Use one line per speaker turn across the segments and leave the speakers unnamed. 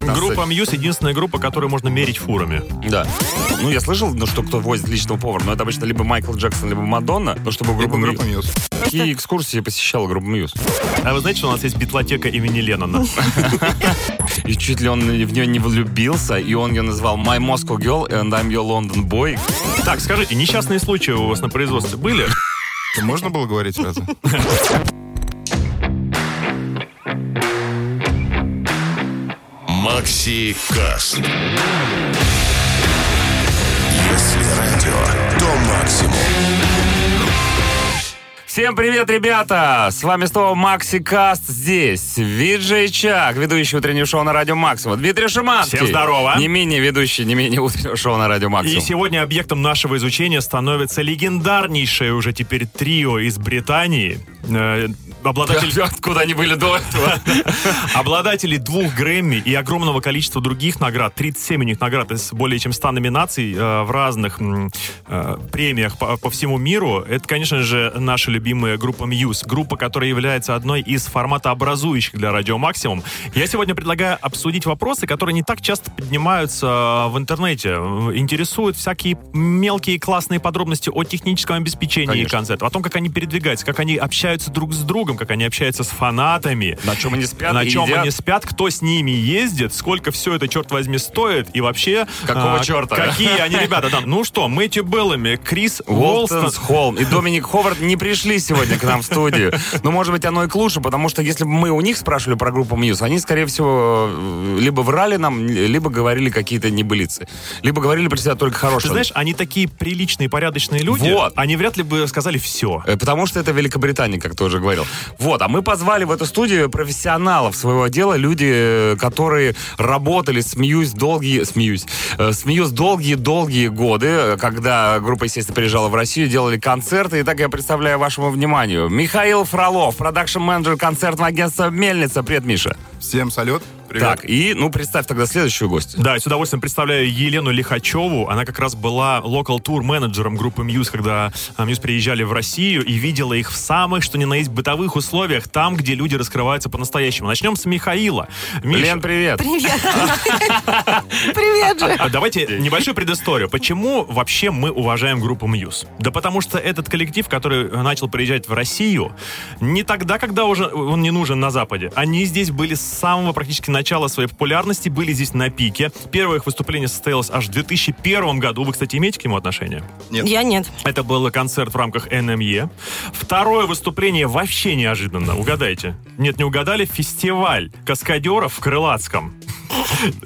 на
Группа
сцене.
Мьюз единственная группа, которую можно мерить фурами.
Да. Ну, я слышал, ну, что кто возит личного повара, но это обычно либо Майкл Джексон, либо Мадонна, ну, чтобы группа
Группа
Мьюз.
группа Мьюз.
Какие экскурсии посещала группа Мьюз?
А вы знаете, что у нас есть битлотека имени Леннона?
И чуть ли он в нее не влюбился, и он ее назвал My Moscow Girl and I'm Your London Boy.
Так, скажите, несчастные случаи у вас на производстве были?
Можно было говорить сразу?
Макси Каст. Если радио, то максимум.
Всем привет, ребята! С вами снова Макси Каст здесь. Виджей Чак, ведущий утреннего шоу на Радио Максимум. Дмитрий Шиманский.
Всем здорово.
Не менее ведущий, не менее утреннего шоу на Радио
И
Максимум.
сегодня объектом нашего изучения становится легендарнейшее уже теперь трио из Британии. Э, обладатель-
Откуда они были до этого?
обладатели двух Грэмми и огромного количества других наград, 37 у них наград из более чем 100 номинаций э, в разных м, э, премиях по, по всему миру, это, конечно же, наша любимая группа Muse, группа, которая является одной из форматообразующих для Радио Максимум. Я сегодня предлагаю обсудить вопросы, которые не так часто поднимаются э, в интернете. Интересуют всякие мелкие классные подробности о техническом обеспечении
Конечно.
концертов, о том, как они передвигаются, как они общаются друг с другом, как они общаются с фанатами.
На чем они спят
На
и
чем
едят?
они спят, кто с ними ездит, сколько все это, черт возьми, стоит и вообще... а,
Какого черта?
Какие они ребята там. Ну что, Мэтью Беллами, Крис Уолстон.
Уолстонс Холм и Доминик Ховард не пришли сегодня к нам в студию. Но, может быть, оно и к лучшему, потому что если бы мы у них спрашивали про группу Мьюз, они, скорее всего, э, либо врали нам, либо говорили какие-то небылицы. Либо говорили про себя только
Ты
хорошее.
знаешь, они такие приличные, порядочные люди.
Вот.
Они вряд ли бы сказали все.
Э, Потому что это Великобритания, как ты уже говорил. Вот, а мы позвали в эту студию профессионалов своего дела, люди, э, которые работали с Мьюз долгие, смеюсь, э, с Мьюз долгие-долгие годы, э, когда группа, естественно, приезжала в Россию, делали концерты, и так я представляю вашему вниманию. Михаил Фролов, продакшн-менеджер концертного агентства «Мельница». Привет, Миша.
Всем салют.
Так, и, ну, представь тогда следующую гостью.
Да, и с удовольствием представляю Елену Лихачеву. Она как раз была локал тур менеджером группы Мьюз, когда а, Мьюз приезжали в Россию и видела их в самых, что ни на есть, бытовых условиях, там, где люди раскрываются по-настоящему. Начнем с Михаила. Миша,
Лен, привет.
Привет. Привет же.
А Давайте небольшую предысторию. Почему вообще мы уважаем группу Мьюз? Да потому что этот коллектив, который начал приезжать в Россию, не тогда, когда уже он не нужен на Западе. Они здесь были с самого практически начала своей популярности, были здесь на пике. Первое их выступление состоялось аж в 2001 году. Вы, кстати, имеете к нему отношение?
Нет.
Я нет.
Это был концерт в рамках НМЕ. Второе выступление вообще неожиданно. Угадайте. Нет, не угадали. Фестиваль каскадеров в Крылатском.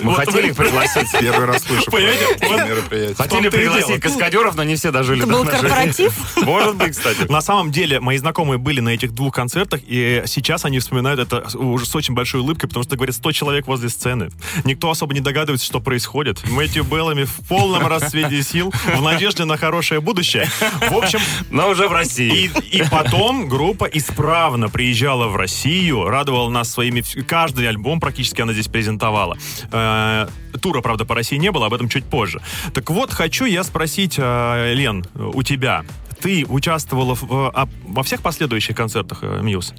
Мы
Вот
хотели
вы-
их пригласить.
Первый раз слышу про
Понимаете?
это мероприятие.
Хотели
том-то и
пригласить
дело.
каскадеров, но не все дожили
Это
до
был
нашей-
корпоратив?
Может быть, кстати.
На самом деле, мои знакомые были на этих двух концертах, и сейчас они вспоминают это с- уже с очень большой улыбкой, потому что, говорят, 100 человек возле сцены. Никто особо не догадывается, что происходит. Мэтью Беллами в полном расцвете сил, в надежде на хорошее будущее. В общем,
Но уже в России.
и, и потом группа исправно приезжала в Россию, радовала нас своими... вс- Каждый альбом практически она здесь презентовала. Э, Тура, правда, по России не было, об этом чуть позже. Так вот, хочу я спросить, э, Лен, у тебя. Ты участвовала в, э, а- во всех последующих концертах э, Мьюз?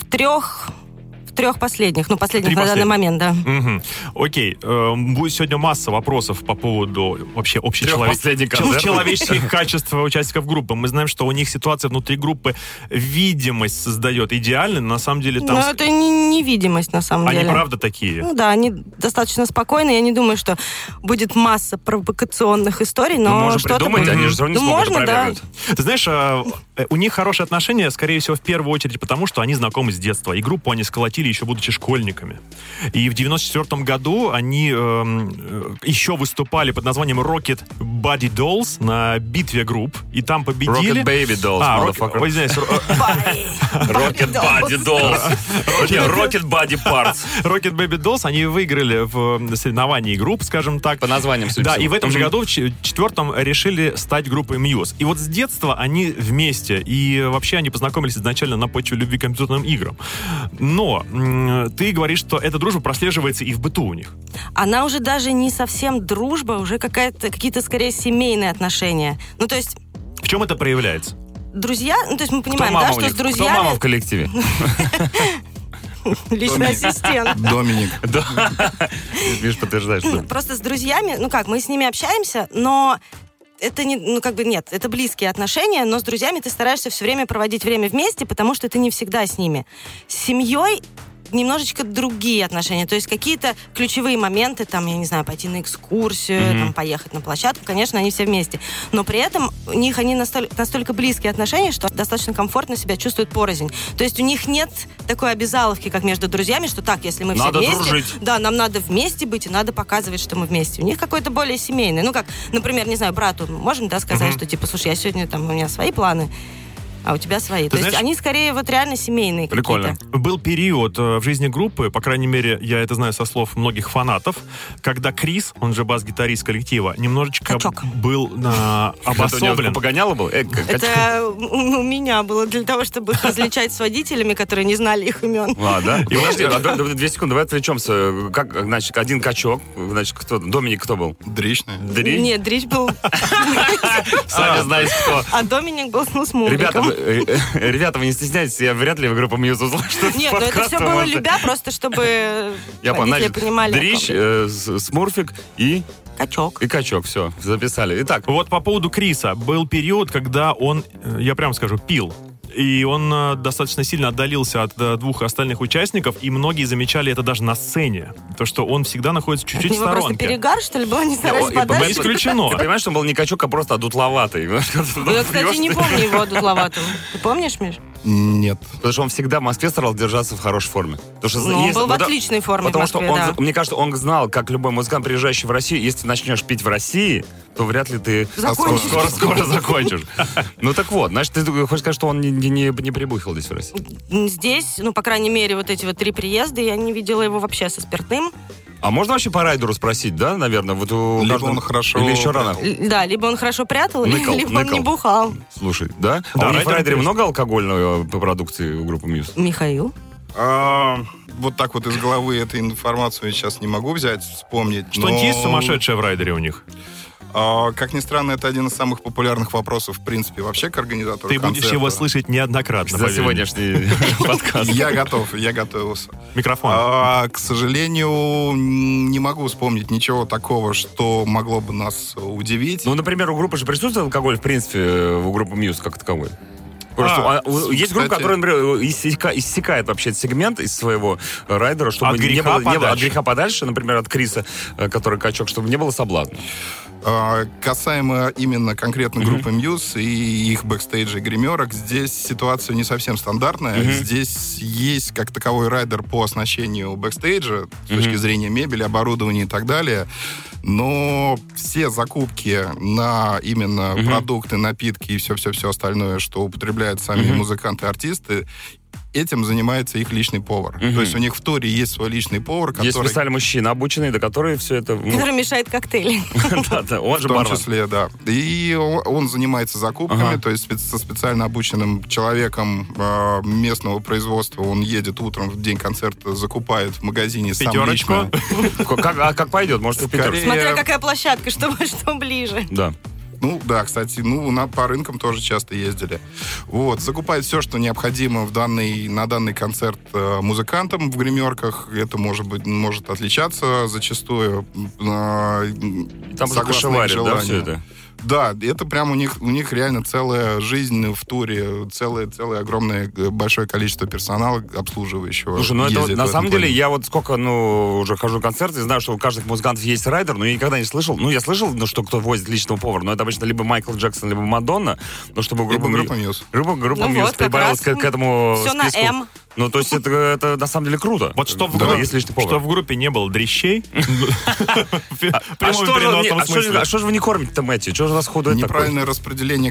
В трех в трех последних, ну, последних
Три
на данный
последних.
момент, да.
Мгм. Окей, э, будет сегодня масса вопросов по поводу вообще общечелове-
последних
чел-
концертов.
человеческих качеств участников группы. Мы знаем, что у них ситуация внутри группы видимость создает идеально, но на самом деле там
Но
с-
Ну, это не- невидимость, на самом
они
деле.
правда такие.
Ну да, они достаточно спокойные. Я не думаю, что будет масса провокационных историй, но
Ну, можно
что-то...
придумать,
будет.
они же всё равно не
Ну,
смогут
можно, да.
опровергнуть.
Ты знаешь, э, э, у них хорошие отношения, скорее всего, в первую очередь потому, что они знакомы с детства. И группу они сколотили еще будучи школьниками. И в 94 году они эм, э, еще выступали под названием Rocket Body Dolls на битве групп. И там победили...
Rocket Baby Dolls,
А, Rocket-
motherfucker.
ой, извиняюсь, Ро-
Rocket Body Dolls. Не, Rocket Body Parts.
Rocket Baby Dolls, они выиграли в э, соревновании групп, скажем так.
По названиям, судя
Да,
всего.
и в этом же
Мгм.
году, в ч- четвертом, решили стать группой Muse. И вот с детства они вместе, и вообще они познакомились изначально на почве любви к компьютерным играм. Но м, ты говоришь, что эта дружба прослеживается и в быту у них.
Она уже даже не совсем дружба, уже какая-то, какие-то скорее семейные отношения. Ну, то есть
В чем это проявляется?
друзья, ну, то есть мы
Кто
понимаем, да,
мама у
что
них?
с
Кто
друзьями...
мама в коллективе?
Личный
Доминик.
ассистент.
Доминик.
Да. Видишь, подтверждаешь, что...
Просто с друзьями, ну как, мы с ними общаемся, но это не, ну как бы нет, это близкие отношения, но с друзьями ты стараешься все время проводить время вместе, потому что ты не всегда с ними. С семьей немножечко другие отношения, то есть какие-то ключевые моменты, там, я не знаю, пойти на экскурсию, там, поехать на площадку, конечно, они все вместе, но при этом у них они настоль- настолько близкие отношения, что достаточно комфортно себя чувствуют порознь. То есть у них нет такой обязаловки, как между друзьями, что так, если мы
Надо
все вместе,
дружить.
да, нам надо вместе быть, и надо показывать, что мы вместе. У них какой-то более семейный. Ну, как, например, не знаю, брату можем, да, сказать, что типа, слушай, я сегодня там, у меня свои планы, а у тебя свои. То есть
знаешь-
они скорее вот реально семейные
Прикольно.
какие-то.
Был период э, в жизни группы, по крайней мере, я это знаю со слов многих фанатов, когда Крис, он же бас-гитарист коллектива, немножечко
Качок.
был э,
Это у него
обособлен.
Погоняло было? Э, как-
Это у у меня было для того, чтобы их различать с водителями, которые не знали их имен.
А, да? И подожди, а, да, да, две секунды, давай отвлечемся. Как, значит, один качок, значит, кто, Доминик кто был?
Дричный.
Дрей?
Нет, Дрич был...
Сами знаете кто.
А Доминик был ну, с Муриком.
Ребята, вы, э, э, ребята, вы не стесняйтесь, я вряд ли в группу Мьюз узнал, что
Нет, ну это все было любя, просто чтобы
Я понял,
водители
значит,
понимали. о ком
Дрищ,
речь.
э, с- Смурфик и,
Качок.
и Качок, все, записали. Итак,
Вот по поводу Криса. Был период, когда он, э, я прям скажу, пил. И он э, достаточно сильно отдалился от э, двух остальных участников, и многие замечали это даже на сцене. То, что он всегда находится
От
чуть-чуть в
него просто
сторонке.
перегар, что ли, был? Они старались
и по-
подальше.
Не исключено.
ты понимаешь, что он был не Качок, а просто одутловатый.
Ну, Я, кстати, не помню его дутловатым. Ты помнишь, Миш?
А
Нет.
Потому что он всегда в Москве старался держаться в хорошей форме. Потому что
Ну, он был в
потому-
отличной форме
Потому
в Москве,
что он,
да.
мне кажется, он знал, как любой музыкант, приезжающий в Россию, если ты начнешь пить в России, то вряд ли ты
Закончишь.
скоро-скоро закончишь. Ну так вот, значит, ты хочешь сказать, что он не, не, не- не прибухил здесь в России?
Здесь, ну, по крайней мере, вот эти вот три приезда, я не видела его вообще со спиртным.
А можно вообще по райдеру спросить, да, наверное? Вот у
Либо
каждого-
он хорошо
Или еще рано?
Л- Да, либо он хорошо прятал,
Ныкал,
либо он
ныкал.
не бухал.
Слушай, да?
Да,
а у них в
райдер
райдере
интересный.
много алкогольного э, продукции у группы Мьюз?
Михаил?
А, Вот так вот из головы эту информацию я сейчас не могу взять, вспомнить.
Что-нибудь
но,
есть сумасшедшее в райдере у них?
а, Как ни странно, это один из самых популярных вопросов, в принципе, вообще к организатору
Ты будешь
концерта.
его слышать неоднократно.
За
поверь мне.
сегодняшний подкаст.
Я готов, я готовился.
Микрофон.
А, к сожалению, м, не могу вспомнить ничего такого, что могло бы нас удивить.
Ну, например, у группы же присутствует алкоголь, в принципе, э, у группы Мьюз как таковой. Просто
А,
а, у- есть группа,
кстати.
которая, например, иссека- иссякает вообще этот сегмент из своего э, райдера, чтобы
От
не,
греха
было, не было- от
подальше.
греха подальше, например, от Криса, э, который качок, чтобы не было соблазна.
А, касаемо именно конкретно группы Muse и их бэкстейджа и гримерок, здесь ситуация не совсем стандартная. Здесь есть как таковой райдер по оснащению бэкстейджа с точки зрения мебели, оборудования и так далее. Но все закупки на именно продукты, напитки и все-все-все остальное, что употребляют сами музыканты и артисты, этим занимается их личный повар. То есть у них в туре есть свой личный повар,
Есть
который...
специально мужчины обученные, до которых все это... ну,
Который мешает коктейли.
да-да, Он же
В том
баран.
числе, да. И он, он занимается закупками, то есть спе- со специально обученным человеком э, местного производства он едет утром в день концерта, закупает в магазине сам
Пятерочку?
лично.
Как- А как пойдет? Может, и в пятерку.
Скорее.
Смотря
Э,
какая площадка, что, что ближе.
Да.
Ну да, кстати, ну на, по рынкам тоже часто ездили. Вот, закупает все, что необходимо в данный, на данный концерт э, музыкантам в гримерках. Это может быть, может отличаться зачастую. а,
Там
Там
же кашеварит, да, все это?
Да, это прям у них, у них реально целая жизнь в туре, целое, целое огромное э, большое количество персонала обслуживающего.
Слушай, ну это
ездит
вот, на
в этом
самом деле,
плане.
я вот сколько, ну, уже хожу на концерты, знаю, что у каждых музыкантов есть райдер, но я никогда не слышал. Ну, я слышал, ну, что кто возит личного повара, но это обычно либо Майкл Джексон, либо Мадонна, но чтобы группа...
Либо
Мью-
группа Muse.
Группа, группа
Ну
Мьюз
вот, как
прибавилась
раз.
к, к этому
Всё на
списку.
«М».
Ну, то есть это, это на самом деле круто.
Вот что в,
Да,
группе,
есть личный повар.
что в группе не было дрищей. В пе-
А
прямом и
что, же, он не-
переносном
а что же-
смысле.
а что же вы не кормите-то, Мэтью? Что же у нас худой такой? А
Неправильное распределение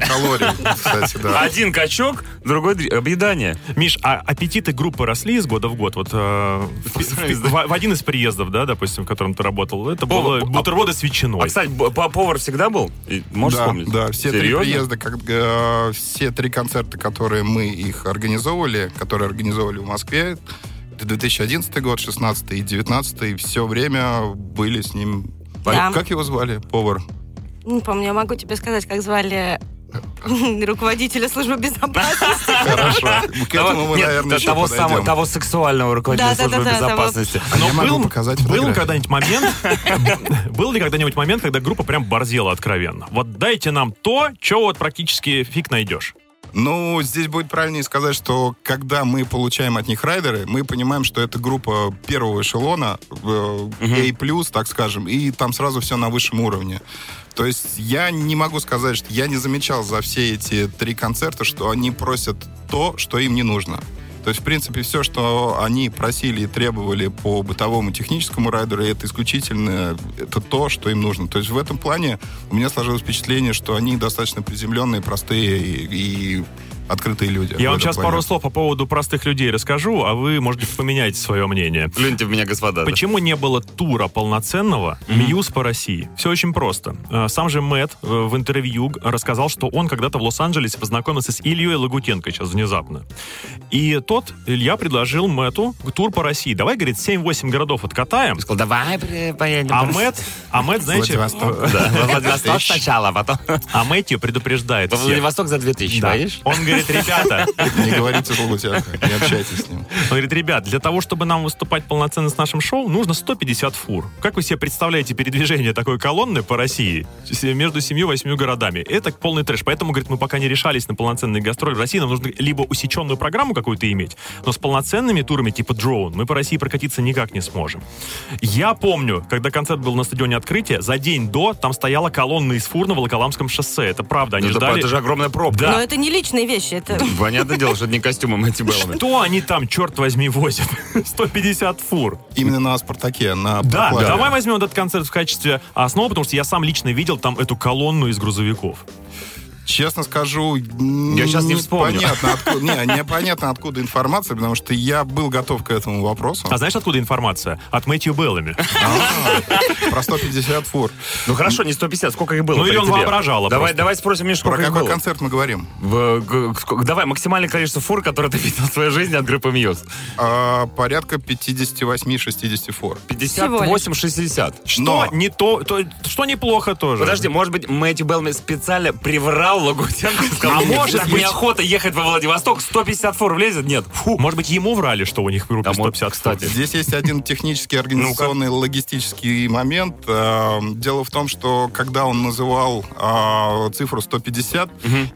калорий, кстати, да.
Один качок, другой дри- объедание.
Миш, а аппетиты группы росли из года в год? Вот э, в- в в- в один из приездов, да, допустим, в котором ты работал, это было
а-
бутерброды с
А,
ветчиной.
кстати, б- по- повар всегда был? И- Можешь
да,
вспомнить?
да, все три
Серьезно?
приезда, как, э, все три концерта, которые мы их организовывали, которые организовывали в Москве, это 2011 год, 16 и 19 все время были с ним...
Да.
Как его звали? Повар.
Ну, Не помню, я могу тебе сказать, как звали руководителя службы безопасности.
Хорошо. К этому мы,
Нет,
наверное,
да,
еще
того,
подойдем.
самого, того сексуального руководителя
Да, да,
службы
да, да, того.
безопасности.
А я могу
был,
показать
был
фотографию.
когда-нибудь момент, был ли когда-нибудь момент, когда группа прям борзела откровенно? Вот дайте нам то, что вот практически фиг найдешь.
Ну, здесь будет правильнее сказать, что когда мы получаем от них райдеры, мы понимаем, что это группа первого эшелона, э, A+, так скажем, и там сразу все на высшем уровне. То есть я не могу сказать, что я не замечал за все эти три концерта, что они просят то, что им не нужно. То есть, в принципе, все, что они просили и требовали по бытовому техническому райдеру, это исключительно это то, что им нужно. То есть в этом плане у меня сложилось впечатление, что они достаточно приземленные, простые и, и открытые люди.
Я
в
вам
этом
сейчас
плане.
пару слов по поводу простых людей расскажу, а вы можете поменять свое мнение.
Плюньте в меня, господа. да.
Почему не было тура полноценного Мьюз по России? Все очень просто. Э, Сам же Мэтт э, в интервью г- рассказал, что он когда-то в Лос-Анджелесе познакомился с Ильей Лагутенко сейчас внезапно. И тот, Илья, предложил Мэтту тур по России. Давай, говорит, 7-8 городов откатаем.
Сказал, давай при- поедем.
А Мэтт, а Мэтт, знаете,
Владивосток.
э,
Да, во Владивосток
Тысяч.
сначала, потом...
а Мэтью предупреждает
Во
всех.
Владивосток за 2000,
Да.
поедешь?
Он говорит, ребята,
Не говорите с Лагутенко, не общайтесь с ним.
Он говорит, ребят, для того, чтобы нам выступать полноценно с нашим шоу, нужно 150 фур. Как вы себе представляете передвижение такой колонны по России с- между семью восьмью городами? Это полный трэш. Поэтому, говорит, мы пока не решались на полноценные гастроли в России. Нам нужно либо усеченную программу какую-то иметь, но с полноценными турами типа дроун мы по России прокатиться никак не сможем. Я помню, когда концерт был на стадионе открытия, за день до там стояла колонна из фур на Волоколамском шоссе. Это правда, они
Ну, да,
ждали.
Это же огромная пробка. Ну, типа,
Но это не личные вещи, это...
Понятное дело, что это не костюмы Мэтти Беллами.
Что они там, черт возьми, возят? 150 фур.
Именно на Спартаке, на
Да,
Прохладе.
давай возьмем этот концерт в качестве основы, потому что я сам лично видел там эту колонну из грузовиков.
Честно скажу, я
Я щас не вспомню.
Понятно, откуда, не, непонятно, откуда информация, потому что я был готов к этому вопросу.
А знаешь, откуда информация? От Мэтью Беллами.
А, Про 150 фур.
Ну хорошо, не 150, сколько их было?
Ну, или
при
он
тебе?
воображал, а
Давай,
просто.
давай спросим, Миш,
Про
сколько их
какой
было.
концерт мы говорим?
В- г- ск- Давай, максимальное количество фур, которые ты видел в своей жизни от группы Мьюз.
А, Порядка 58-60 фур.
58-60.
Что
Но
не то, то- что неплохо тоже.
Подожди, может быть, Мэтью Беллами специально приврал Лагутенко? Сказал,
А
«Мне
может
так
быть-
неохота ехать во Владивосток, 150 фур влезет? Нет.
Фу, может быть, ему врали, что у них в группе
Да, может,
150 фур?
кстати.
здесь есть один технический, организационный, логистический момент. А, Дело в том, что когда он называл а, цифру 150,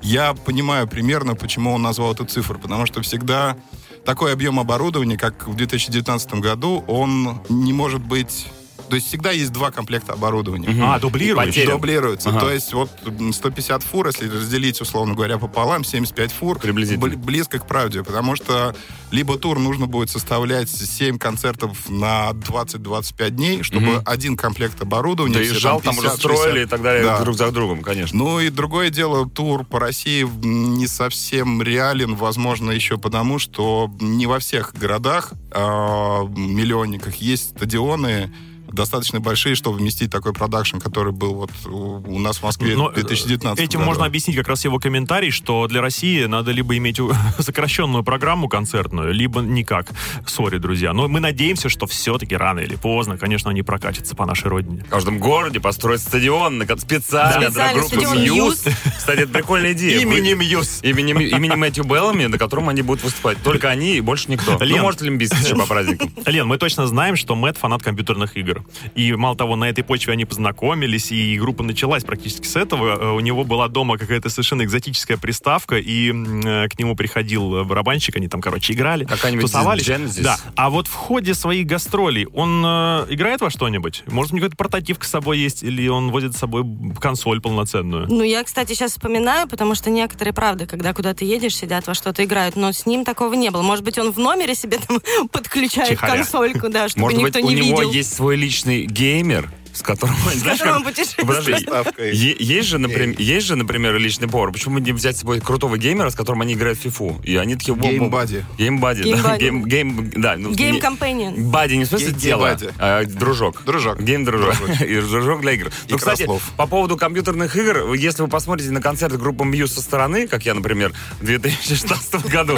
я понимаю примерно, почему он назвал эту цифру. Потому что всегда такой объем оборудования, как в 2019 году, он не может быть... То есть всегда есть два комплекта оборудования.
А, дублируешь?
Потерян.
Дублируется.
Ага.
То есть вот м, 150 фур, если разделить, условно говоря, пополам, 75 фур,
Приблизительно.
бли- близко к правде. Потому что либо тур нужно будет составлять 7 концертов на 20-25 дней, чтобы один комплект оборудования... все
Доезжал, там
50-60.
устроили и так далее
Да.
друг за другом, конечно.
Ну и другое дело, тур по России м, не совсем реален, возможно, еще потому, что не во всех городах, а, миллионниках, есть стадионы достаточно большие, чтобы вместить такой продакшн, который был вот у у нас в Москве
Но, э,
в 2019
Этим
году.
можно объяснить как раз его комментарий, что для России надо либо иметь у- сокращенную программу концертную, либо никак. Сори, друзья. Но мы надеемся, что все-таки рано или поздно, конечно, они прокатятся по нашей родине.
В каждом городе построить стадион на кон- специально для
Специально
группы
стадион
Мьюз.
Мьюз.
Кстати, это прикольная идея. Вы-
Мьюз.
Имени, имени Мэтью Беллами, на котором они будут выступать. Только они и больше никто.
Лен.
Ну, может, Лимбис еще по праздникам.
Лен, мы точно знаем, что Мэтт фанат компьютерных игр. И мало того, на этой почве они познакомились, и группа началась практически с этого. Э, У него была дома какая-то совершенно экзотическая приставка, и м, э, к нему приходил э, барабанщик, они там, короче, играли,
Какая-нибудь
тусовались.
Genesis?
Да. А вот в ходе своих гастролей он э, играет во что-нибудь? Может, у него какой-то портативка с собой есть, или он возит с собой консоль полноценную?
Ну, я, кстати, сейчас вспоминаю, потому что некоторые, правда, когда куда-то едешь, сидят во что-то играют, но с ним такого не было. Может быть, он в номере себе там подключает
Тихоря.
консольку, да, чтобы
Может быть,
никто
у
не
него
видел.
есть свой личный геймер, с которым он, знаешь,
которым он
как-
путешествует.
Подожди,
Ставкой.
е- есть же, например, есть же, например, личный повар. Почему не взять с собой крутого геймера, с которым они играют в фифу? И они такие... бом- бом-
Геймбади.
Геймбади, да.
Геймбади.
Гейм, гейм, да. ну,
Game
не-
Companion.
Бади не в смысле
Ге-
дела,
геймбади.
а дружок.
Дружок.
Гейм-дружок. И дружок для игр.
И
Ну, кстати,
Краслов.
по поводу компьютерных игр, если вы посмотрите на концерты группы Мьюз со стороны, как я, например, в 2016 году,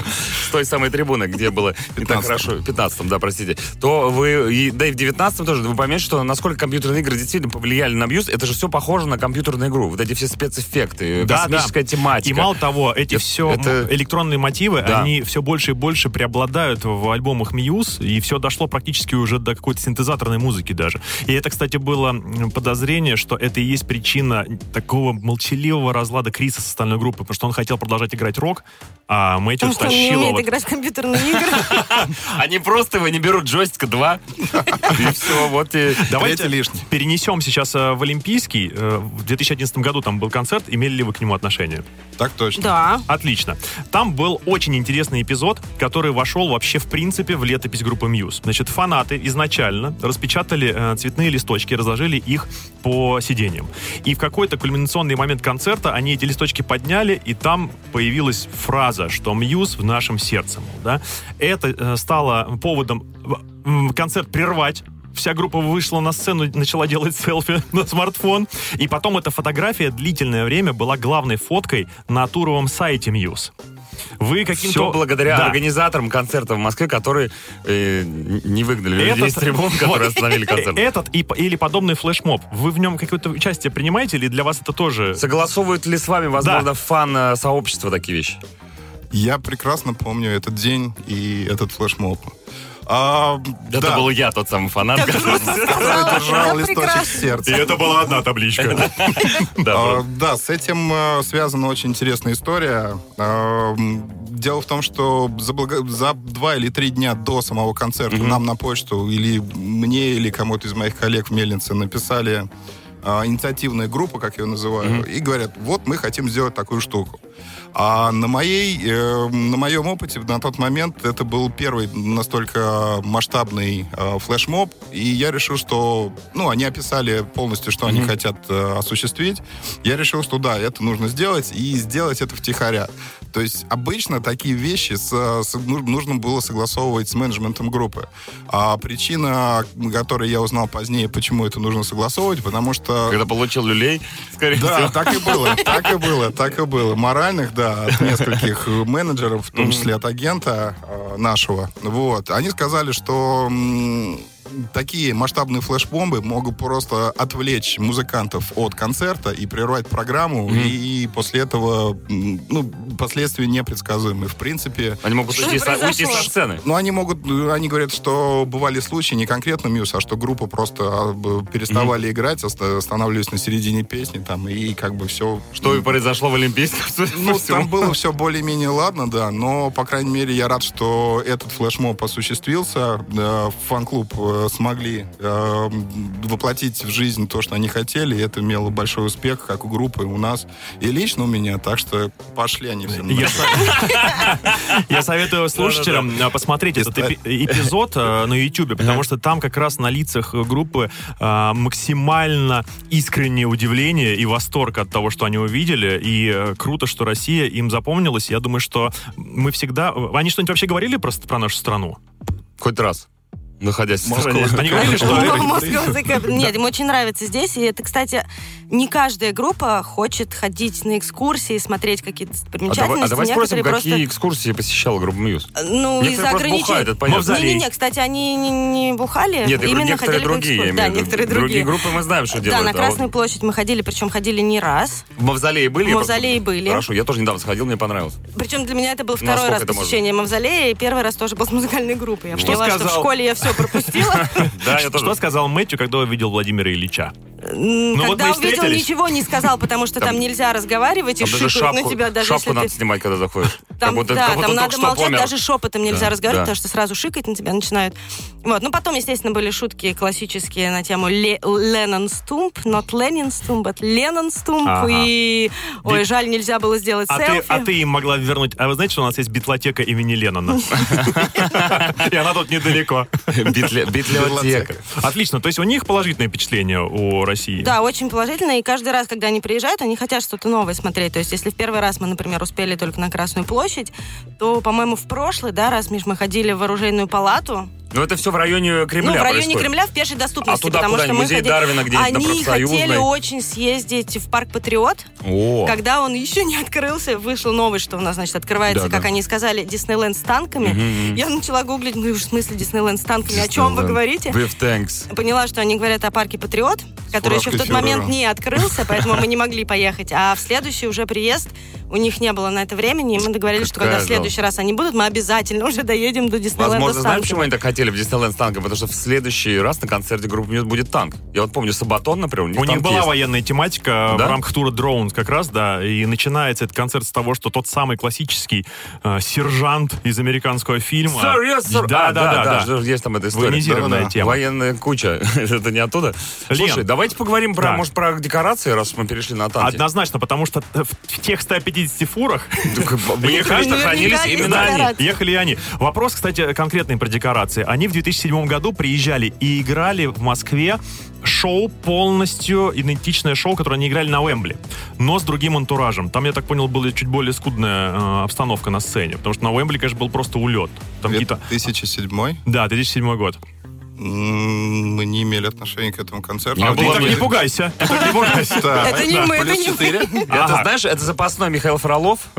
с той самой трибуны, где было не так
15-м.
хорошо, в 15 да, простите, то вы, и, да и в 19 тоже, вы поймете, что насколько компьютерные игры игры действительно повлияли на Мьюз, это же все похоже на компьютерную игру. Вот эти все спецэффекты, э,
Да,
космическая тематика.
И мало того, эти
Это-
все м-
это-
электронные мотивы,
Да.
они все больше и больше преобладают в альбомах Мьюз, и все дошло практически уже до какой-то синтезаторной музыки даже. И это, кстати, было м, подозрение, что это и есть причина такого молчаливого разлада Криса с остальной группой, потому что он хотел продолжать играть рок, а Мэтью
Потому что он не
стащила...
умеет
вот-
играть в компьютерные игры.
Они просто его не берут джойстика 2, и все, вот и...
Давайте
Третий лишний.
перенесем сейчас э, в Олимпийский. Э, В 2011 году там был концерт. Имели ли вы к нему отношение?
Так точно.
Да.
Отлично. Там был очень интересный эпизод, который вошел вообще в принципе в летопись группы Мьюз. Значит, фанаты изначально распечатали э, цветные листочки, разложили их по сиденьям. И в какой-то кульминационный момент концерта они эти листочки подняли, и там появилась фраза, что Мьюз в нашем сердце. мол, да? Это э, стало поводом в- м, концерт прервать, Вся группа вышла на сцену, начала делать селфи на смартфон. И потом эта фотография длительное время была главной фоткой на туровом сайте Мьюз. Вы каким-то...
Все благодаря
Да.
организаторам концерта в Москве, которые э, не выгнали
Этот-
людей с трибун, которые
Вот.
остановили концерт.
Этот и, по- или подобный флешмоб. Вы в нем какое-то участие принимаете или для вас это тоже...
Согласовывают ли с вами, возможно,
Да.
фан-сообщество такие вещи?
Я прекрасно помню этот день и этот флешмоб. А,
Это
да,
был я, тот самый фанат.
который держал
Да,
листочек
прекрасно.
в сердце.
это была одна табличка.
А, Да, с этим э, связана очень интересная история. А, м, Дело в том, что за, блага- за два или три дня до самого концерта нам на почту или мне, или кому-то из моих коллег в Мельнице написали а, инициативная группа, как я ее называю, и говорят, вот мы хотим сделать такую штуку. А на моей, э, на моем опыте на тот момент это был первый настолько масштабный э, флешмоб, и я решил, что, ну, они описали полностью, что они хотят э, осуществить. Я решил, что да, это нужно сделать и сделать это втихаря. То есть обычно такие вещи с- с- ну, нужно было согласовывать с менеджментом группы. А причина, о которой я узнал позднее, почему это нужно согласовывать, потому что
Когда получил люлей, скорее
да,
всего.
так и было, так и было, так и было. Моральных, да, от нескольких менеджеров, в том числе от агента э, нашего. Вот. Они сказали, что м, такие масштабные флеш-бомбы могут просто отвлечь музыкантов от концерта и прервать программу, и после этого, м, ну, последствия непредсказуемы. В принципе,
Они могут
Что
уйти со- уйти со
произошло?
сцены.
ну, они могут, э, они говорят, что бывали случаи, не конкретно Мьюз, а что группа просто а, б- переставали играть, оста- останавливались на середине песни, там, и как бы все...
Что и произошло в Олимпийском, судя по
Ну,
всему.
там было все более-менее ладно, да, но, по крайней мере, я рад, что этот флешмоб осуществился. Э, Фан-клуб э, смогли э, воплотить в жизнь то, что они хотели, и это имело большой успех, как у группы, у нас, и лично у меня, так что пошли они все.
Я, со- я советую слушателям э, посмотреть этот
История.
эпи- эпизод э, на YouTube, потому что там как раз на лицах э, группы э, максимально искреннее удивление и восторг от того, что они увидели. И э, круто, что Россия им запомнилась. Я думаю, что мы всегда... э, Они что-нибудь вообще говорили просто про нашу страну?
Хоть раз, находясь в стране.
Они говорили, что...
Ну, мозговой закат. Нет, им очень нравится здесь. И это, кстати, не каждая группа хочет ходить на экскурсии, смотреть какие-то
А давай,
примечательности.
а давай спросим,
Некоторые просто...
какие экскурсии посещала группа Мьюз?
Ну,
Некоторые
из-за
просто бухают, это
ограничений.
понятно.
Не-не-не, кстати, они не, не бухали,
Нет, я говорю,
Э, именно
некоторые
ходили по
другие. я
экскурсиям. Да,
имею в виду.
некоторые другие.
группы мы знаем, что делают.
да, на
а
Красную
вот
площадь мы ходили, причем ходили не раз.
В мавзолее были?
В
Я просто-
мавзолее были.
Хорошо, я тоже недавно сходил, мне понравилось.
Причем для меня это был
Насколько
второй раз
это можно?
посещение мавзолея, и первый раз тоже был с музыкальной группой. Я
Что
поняла, что
сказал?
в школе я все пропустила.
Да, я
Что
тоже.
сказал Мэтью, когда увидел Владимира Ильича?
М,
Ну, вот
Когда
мы и
увидел,
встретились.
ничего не сказал, потому что там нельзя разговаривать и
Там даже
шикают
шапку,
на тебя, даже
шапку
если
надо
ты...
снимать, когда заходишь.
Там,
будто-
да,
будто
там
только
надо
что
молчать,
помер.
даже шепотом нельзя
Да,
разговаривать,
да.
потому что сразу шикать на тебя начинают. Вот, ну потом, естественно, были шутки классические на тему Ле- Леннон Стумп, not Ленин Стумп, but Леннон Стумп,
Ага.
и... Ой,
Ведь-
жаль, нельзя было сделать
А ты,
селфи.
а ты им могла вернуть... А вы знаете, что у нас есть битлотека имени Леннона? И она тут недалеко.
Битле- Битлеотека.
Отлично. То есть у них положительное впечатление у России.
Да, очень положительно. И каждый раз, когда они приезжают, они хотят что-то новое смотреть. То есть, если в первый раз мы, например, успели только на Красную площадь, то, по-моему, в прошлый да, раз, Миш, мы ходили в оружейную палату.
Но Ну, это все в районе Кремля
ну, в районе
происходит.
Кремля в пешей доступности,
А туда
потому что
куда-нибудь?
мы
Музей
ходили-
Дарвина где-нибудь на
Они
Профсоюзной?
хотели очень съездить в парк Патриот,
О,
когда он еще не открылся, вышла новость, что у нас, значит, открывается,
Да-да.
как они сказали, Диснейленд с танками.
Мгм.
Я начала гуглить, ну и уж в смысле Диснейленд с танками, о чем вы
Disneyland.
говорите?
With thanks.
Поняла, что они говорят о парке Патриот, который еще в
фуражкой
тот
фюрера.
момент не открылся, поэтому мы не могли поехать. А в следующий уже приезд у них не было на это времени, и мы договорились, что
Какая
когда в следующий раз они будут, мы обязательно уже доедем до Диснейленда
Возможно,
с
знаешь,
танками.
почему они так хотели в Диснейленд с танком? Потому что в следующий раз на концерте группы Мьюз будет танк. Я вот помню, Сабатон, например, у них
У них
танк
была
есть.
военная тематика
Да?
в рамках тура Drones как раз, да, и начинается этот концерт с того, что тот самый классический э, сержант из американского фильма.
Sir, yes, sir.
Да,
А,
да, да, да.
же Есть там эта история.
Военизированная
Да-да-да.
тема.
Военная куча. Это не оттуда.
Лен.
Слушай, давайте поговорим про,
Да.
может, про декорации, раз мы перешли на танки.
Однозначно, потому что в, в тех 150 фурах
Так, э, Мне
Наверняка
кажется,
есть
хранились
декорации.
именно они.
декорации.
Ехали и они. Вопрос, кстати, конкретный про декорации. Они в 2007 году приезжали и играли в Москве шоу полностью идентичное шоу, которое они играли на Уэмбли, но с другим антуражем. Там, я так понял, была чуть более скудная э, обстановка на сцене, потому что на Уэмбли, конечно, был просто улет. Там какие-то...
2007
Да, 2007 год.
М, мы не имели отношения к этому концерту.
Не
А
Ты
было
так
мне-
не пугайся. Ты так не пугайся.
Это не мы, это
плюс
не мы.
4.
Это,
Ага.
знаешь, это запасной Михаил Фролов.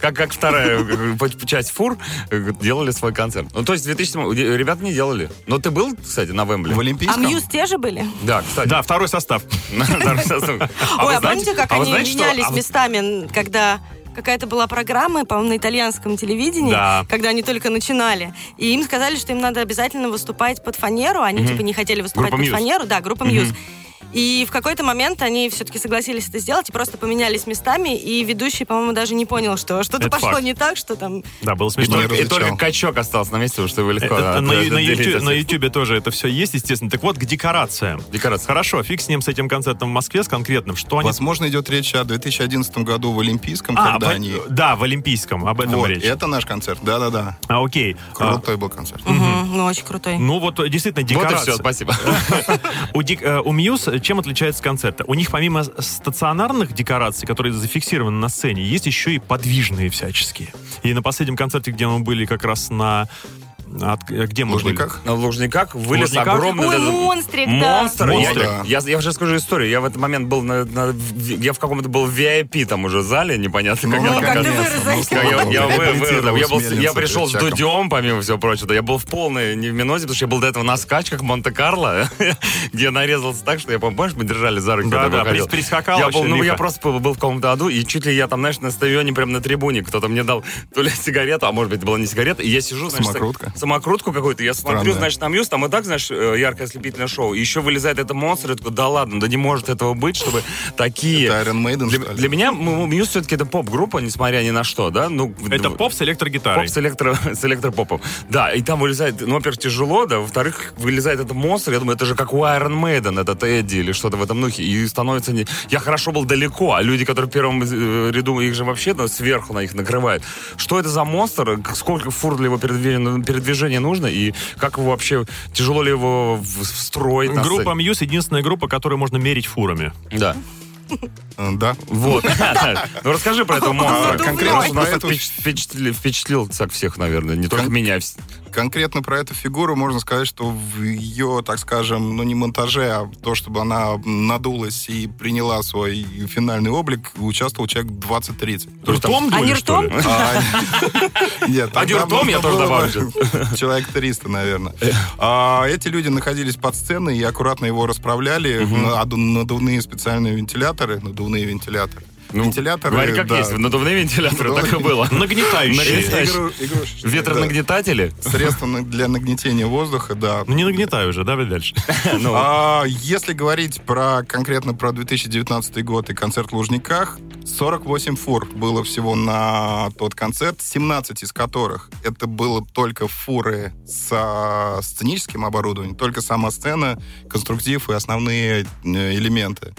Как как вторая э, часть фур э, делали свой концерт. Ну, то есть в 2007 э, ребят не делали. Но ты был, кстати, на
В
Вембле?
А
Олимпийском?
Мьюз те же были?
Да, кстати.
Да, второй состав.
На второй сосуд. вы
Ой, а
знаете-
помните, как
а вы
они
знаете, что-
менялись
а вы-
местами, когда какая-то была программа, по-моему, на итальянском телевидении,
Да.
когда они только начинали. И им сказали, что им надо обязательно выступать под фанеру. Они, типа, не хотели выступать
Группа
под
Мьюз.
фанеру. Да, группа Мьюз. И в какой-то момент они все-таки согласились это сделать и просто поменялись местами. И ведущий, по-моему, даже не понял, что что-то
Это
пошло
факт.
не так, что там...
Да, было
И
смешно.
только- И
различал.
только качок остался на месте, потому что его легко а,
Это- Э, на,
отделить
на YouTube,
от
на
всех.
YouTube тоже это все есть, естественно. Так вот, к декорациям.
Декорации.
Хорошо, фиг с ним, с этим концертом в Москве, с конкретным. Что они...
Возможно, идет речь о 2011 году в Олимпийском,
А, в-
когда они...
Да, в Олимпийском, об этом
Вот,
речь.
это наш концерт, да-да-да.
А, окей. А,
Крутой был концерт.
Мгм, Ну, очень крутой.
ну вот, э, действительно,
Вот и
декорация.
все, спасибо.
у, дек- э, у Мьюз чем отличается концерт? У них помимо с- стационарных декораций, которые зафиксированы на сцене, есть еще и подвижные всяческие. И на последнем концерте, где мы были как раз на... от- э, где
В
мы
Лужниках.
На Лужниках вылез
Лужниках?
огромный...
Ой,
вот этот
монстрик, да.
монстр.
Монстрик.
Я, я- я же расскажу историю. Я в этот момент был на... на- в- я в каком-то был VIP там уже зале, непонятно, Ну, как я
как
там
ты
оказался.
вырос,
Ну,
знаешь,
Я, я- я вы- вырос.
Реабилитировал
Я был-
с
я пришел с
Мельницей,
Дудем, помимо всего прочего. Я был в полной невминозе, потому что я был до этого на скачках в Монте-Карло, где нарезался так, что я, помню, помнишь, мы держали за руки,
Да,
когда
да,
выходил?
прис- прискакал
Я
вообще
был, ну,
лихо.
я просто был, был в каком-то аду, и чуть ли я там, знаешь, на стадионе, прям на трибуне, кто-то мне дал то ли сигарету, а может быть, это была не сигарета, и я сижу, значит,
Самокрутка.
самокрутку какую-то, я смотрю,
Странная.
значит, значит, на Мьюз, там и так, знаешь, э, яркое ослепительное шоу. И еще вылезает это монстр, и такой, да ладно, да не может этого быть, чтобы такие...
Это Iron Maiden,
для,
что ли?
для меня м- Мьюз все-таки это поп-группа, несмотря ни на что, да? Ну, в-
Это
в-
поп с электрогитарой.
Поп с, электро, с электропопом. Да, и там вылезает, ну, во-первых, тяжело, да, во-вторых, вылезает этот монстр, я думаю, это же как у Iron Maiden, этот Эдди или что-то в этом духе, и становится не... Я хорошо был далеко, а люди, которые в первом э, ряду, их же вообще ну, сверху на них накрывает. Что это за монстр, э, сколько фур для его передвижения, передвижения нужно, и как его вообще, тяжело ли его встроить на
Группа
сцене?
Мьюз единственная группа, которую можно мерить фурами.
Да.
Э, Да.
Вот. Ну расскажи про этого монстра.
Надувной.
Конкретно
Конкретно
нас
про эту-
впечатли- впечатлил, так всех, наверное, не только
Кон-
меня. а
Конкретно про эту фигуру можно сказать, что в ее, так скажем, ну не монтаже, а то, чтобы она надулась и приняла свой финальный облик, участвовал человек 20-30.
Потому что там-
Ртом
Они
дули, что ли?
ртом?
А, Нет, там
Один ртом
нужно
А я тоже
было
добавлю. Э.
бы Человек 300, наверное. А, Эти люди находились под сценой и аккуратно его расправляли. Наду- Надувные специальные вентиляторы. Надувные вентиляторы.
Ну,
Вентиляторы,
Говори как
да.
есть, надувные вентиляторы, так и было.
Нагнетающие.
Нагнетающие.
Игру- игрушечные, да.
Ветронагнетатели?
Средства на- для нагнетения воздуха, да.
Ну не нагнетай уже, давай дальше.
Ну,
А, если говорить про конкретно про 2019 год и концерт в Лужниках, 48 фур было всего на тот концерт, 17 из которых это было только фуры со сценическим оборудованием, только сама сцена, конструктив и основные э, элементы.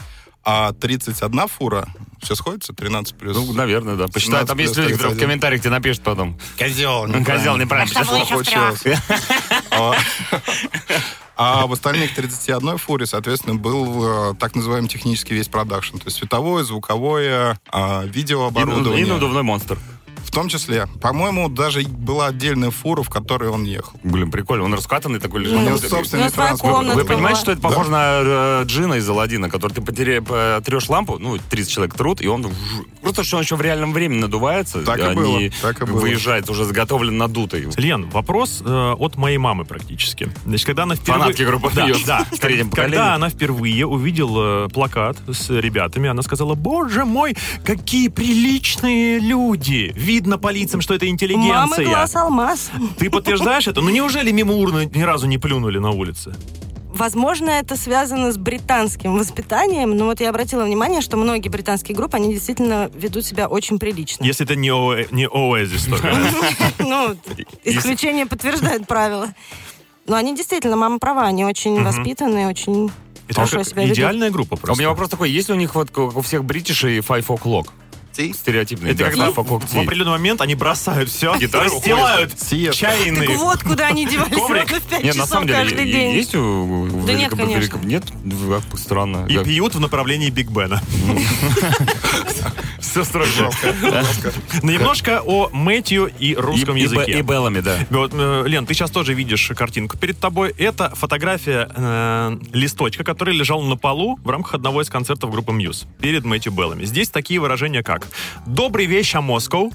А 31 фура, все сходится, 13 плюс.
ну, наверное, да. Посчитай, там есть люди, которые в комментариях тебе напишут потом.
Козел.
Козел, неправильно.
А что
посчитал.
было? еще в трёх.
Ну, Получилось. А- А в остальных 31 фуре, соответственно, был э, так называемый технический весь продакшн. То есть световое, звуковое, а,
И ну- и
видеооборудование.
надувной монстр.
В том числе. По-моему, даже была отдельная фура, в которой он ехал.
Блин, прикольно. Он раскатанный такой лежит.
У него
Вот это-
У него
собственный
своя
транспорт.
Ну, комната
Вы понимаете,
была.
что это похоже на э, Джина из Алладина, который ты потеря- потрешь лампу, ну, 30 человек трут, и он вж- просто что он еще в реальном времени надувается,
Так и
а
было,
не
так и было.
выезжает уже заготовлен надутый.
Лен, вопрос э, от моей мамы практически. Значит, когда она впервые...
Фанатки группы
да,
«Мьюз»
да.
в третьем поколении.
Когда она впервые увидела э, плакат с ребятами, она сказала, боже мой, какие приличные люди. Видно по лицам, что это
Мамы
интеллигенция.
глаз алмаз.
Ты подтверждаешь это? Ну неужели мимо урны ни разу не плюнули на улице?
Возможно, это связано с британским воспитанием, но вот я обратила внимание, что многие британские группы, они действительно ведут себя очень прилично.
Если это не, О- не Оазис только.
Ну, исключение подтверждает правила. Но они действительно, мама права, они очень воспитанные, очень
Это
хорошо
как
себя ведут.
идеальная группа
А у меня
просто.
вопрос такой, есть ли у них вот как у всех бритишей five o'clock? Стереотипный.
Это
да,
когда
five o'clock
в
tea.
определенный момент они бросают все,
Гитару
расстилают
Сиеста.
Так
чайные.
вот, куда они девались
Коврик.
ровно в 5
Нет, на
часов
самом деле,
каждый
е-
день.
есть у в
Да нет,
Великоб-
конечно.
Великоб- Нет? В- как Странно.
И пьют в направлении Биг Бена.
Все строго.
Ну, Немножко о Мэтью и русском
И- и бе- И
языке.
беллами, да.
Вот, э, Лен, ты сейчас тоже видишь картинку перед тобой. Это фотография э, листочка, который лежал на полу в рамках одного из концертов группы Мьюз перед Мэтью Беллами. Здесь такие выражения, как «Добрый вечер, Москва»,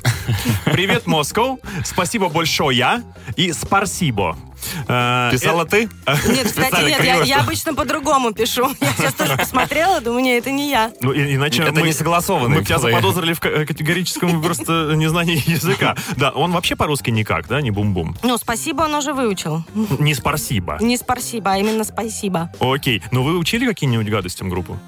«Привет, Москва», «Спасибо большое» я» и «Спасибо». Э,
Писала ты?
Нет, кстати,
Специально
нет, я,
криво,
я обычно по-другому пишу. Я сейчас тоже посмотрела, думаю, нет, это не я.
Ну, и- иначе
Это
мы-
не согласованные
Мы тебя
слова.
заподозрили в к- э, категорическом просто незнании языка. Да, он вообще по-русски никак, да, не бум-бум.
Ну, спасибо он уже выучил.
Не спасибо.
Не спасибо, а именно спасибо.
Окей, но вы учили какие-нибудь гадостям группу?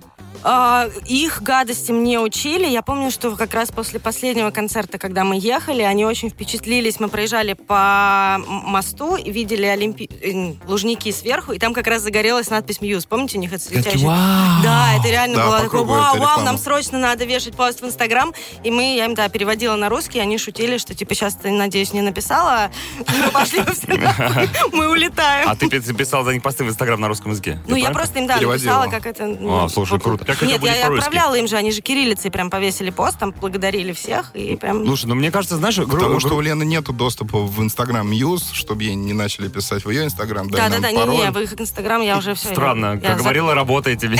А, их гадости мне учили. Я помню, что как раз после последнего концерта, когда мы ехали, они очень впечатлились. Мы проезжали по м- мосту и видели олимпи... э, лужники сверху, и там как раз загорелась надпись «Мьюз». Помните, у них это летящий... Да, это реально
Да,
было
по
такое,
кругу
вау,
эта
вау,
реклама».
нам срочно надо вешать пост в Инстаграм. И мы, я им, да, переводила на русский, они шутили, что, типа, сейчас ты, надеюсь, не написала, мы пошли, во все нахуй, мы улетаем.
А ты пи- писал за них посты в Инстаграм на русском языке?
Ну, я
правильно?
просто им, да,
Переводила.
написала, как это... ну,
А, слушай,
типа,
круто.
Как это
Нет,
будет
я
по-русски?
отправляла им же, они же кириллицей прям повесили пост, там благодарили всех и прям...
Слушай, ну мне кажется, знаешь, гру-
Потому
гру-
что у Лены нету доступа в Инстаграм Мьюз, чтобы ей не начали писать в ее Инстаграм. дай нам
Да-да-да, не-не,
пароль.
в их Инстаграм я уже все...
Странно, как говорила, работаете.